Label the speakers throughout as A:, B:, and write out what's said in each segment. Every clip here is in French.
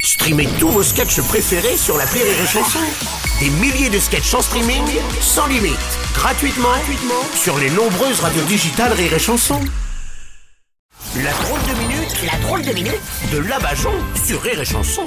A: Streamez tous vos sketchs préférés sur la Rire et Chanson. Des milliers de sketchs en streaming, sans limite, gratuitement, gratuitement sur les nombreuses radios digitales Rire et Chanson. La drôle de minute, la drôle de minute de Labajon sur Rire et Chanson.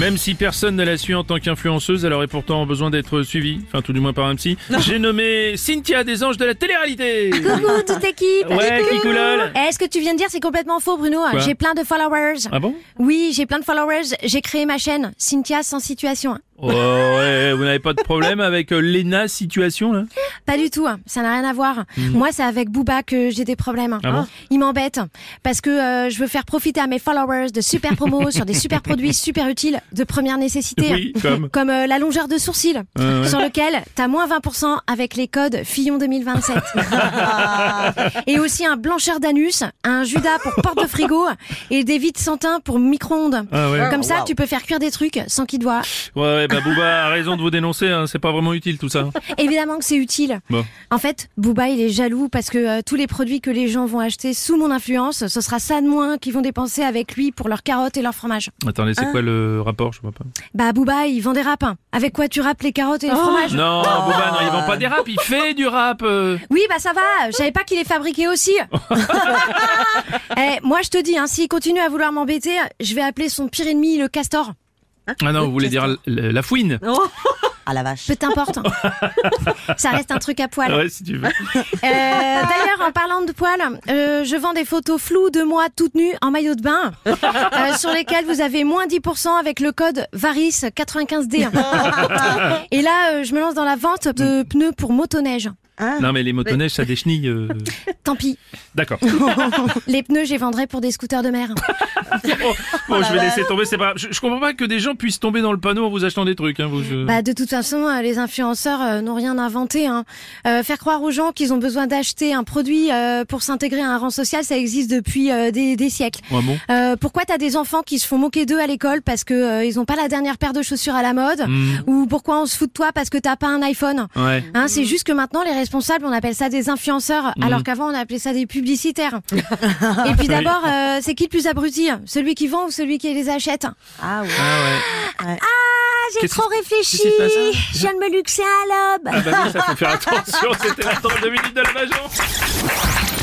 B: Même si personne ne la suit en tant qu'influenceuse, elle aurait pourtant besoin d'être suivie, enfin tout du moins par un psy. J'ai nommé Cynthia des anges de la télé-réalité.
C: Coucou toute équipe
B: Ouais,
C: Coucou.
B: Kikoulol.
C: Eh, Ce que tu viens de dire, c'est complètement faux, Bruno.
B: Quoi
C: J'ai plein de followers.
B: Ah bon
C: Oui, j'ai plein de followers. J'ai créé ma chaîne, Cynthia sans situation.
B: Oh, ouais, vous n'avez pas de problème avec euh, l'ENA situation là
C: Pas du tout, hein. ça n'a rien à voir. Moi, c'est avec Booba que j'ai des problèmes.
B: Mhm. Ah bon
C: Il m'embête parce que euh, je veux faire profiter à mes followers de super promos sur des super produits super utiles de première nécessité.
B: Oui, comme
C: Comme euh, la longeur de sourcil,
B: Ah ouais.
C: sur lequel t'as moins 20% avec les codes Fillon 2027. et aussi un blancheur d'anus, un Judas pour porte de frigo et des vides sans teint pour micro-ondes.
B: Ah ouais.
C: Comme ça, tu peux faire cuire des trucs sans qu'il te voie.
B: Ouais, ouais, bah Booba a raison de vous dénoncer, hein, c'est pas vraiment utile tout ça.
C: Évidemment que c'est utile.
B: Bon.
C: En fait, Booba, il est jaloux parce que euh, tous les produits que les gens vont acheter sous mon influence, ce sera ça de moins qu'ils vont dépenser avec lui pour leurs carottes et leur fromage.
B: Attendez, c'est quoi le rapport Je vois pas.
C: Bah, Booba, il vend des rapins. Avec quoi tu râpes les carottes et le fromage
B: Non, Booba, non, il vend pas des raps, il fait du rap. euh.
C: Oui, bah ça va, je savais pas qu'il est fabriqué aussi. Eh, moi, je te dis, hein, s'il continue à vouloir m'embêter, je vais appeler son pire ennemi, le castor.
B: Ah non, vous voulez dire l- l- la fouine
D: Ah la vache.
C: Peu t'importe. ça reste un truc à poil.
B: Ouais, si tu veux.
C: Euh, D'ailleurs, en parlant de poils, euh, je vends des photos floues de moi toute nue en maillot de bain, euh, sur lesquelles vous avez moins 10% avec le code VARIS95D. Et là, euh, je me lance dans la vente de pneus pour motoneige.
D: Hein?
B: Non, mais les motoneiges, ça déchenille. euh.
C: Tant pis,
B: D'accord.
C: les pneus, je les vendrai pour des scooters de mer.
B: Bon, bon, Oh, je vais laisser tomber, c'est pas grave. Je, je comprends pas que des gens puissent tomber dans le panneau en vous achetant des trucs. Hein, vous, je-
C: Bah, de toute façon, euh, les influenceurs euh, n'ont rien inventé. Hein. Euh, faire croire aux gens qu'ils ont besoin d'acheter un produit euh, pour s'intégrer à un rang social, ça existe depuis euh, des, des siècles.
B: Ouais, bon.
C: Euh, pourquoi t'as des enfants qui se font moquer d'eux à l'école parce que euh, ils ont pas la dernière paire de chaussures à la mode
B: Hmm.
C: Ou pourquoi on se fout de toi parce que t'as pas un iPhone
B: Ouais.
C: Hein, c'est juste que maintenant, les responsables, on appelle ça des influenceurs, alors qu'avant, on appelait ça des publicitaires. Et puis d'abord, euh, c'est qui le plus abruti Celui qui vend ou celui qui les achète
D: Ah ouais.
B: Ah ouais.
C: J'ai
B: Qu'est-ce
C: trop
B: qu'est-ce
C: réfléchi
B: qui se passe, hein
C: Je viens de me luxer un lobe
B: Ah bah oui, ça faut faire attention, c'était la drôle de minute de la Bajon.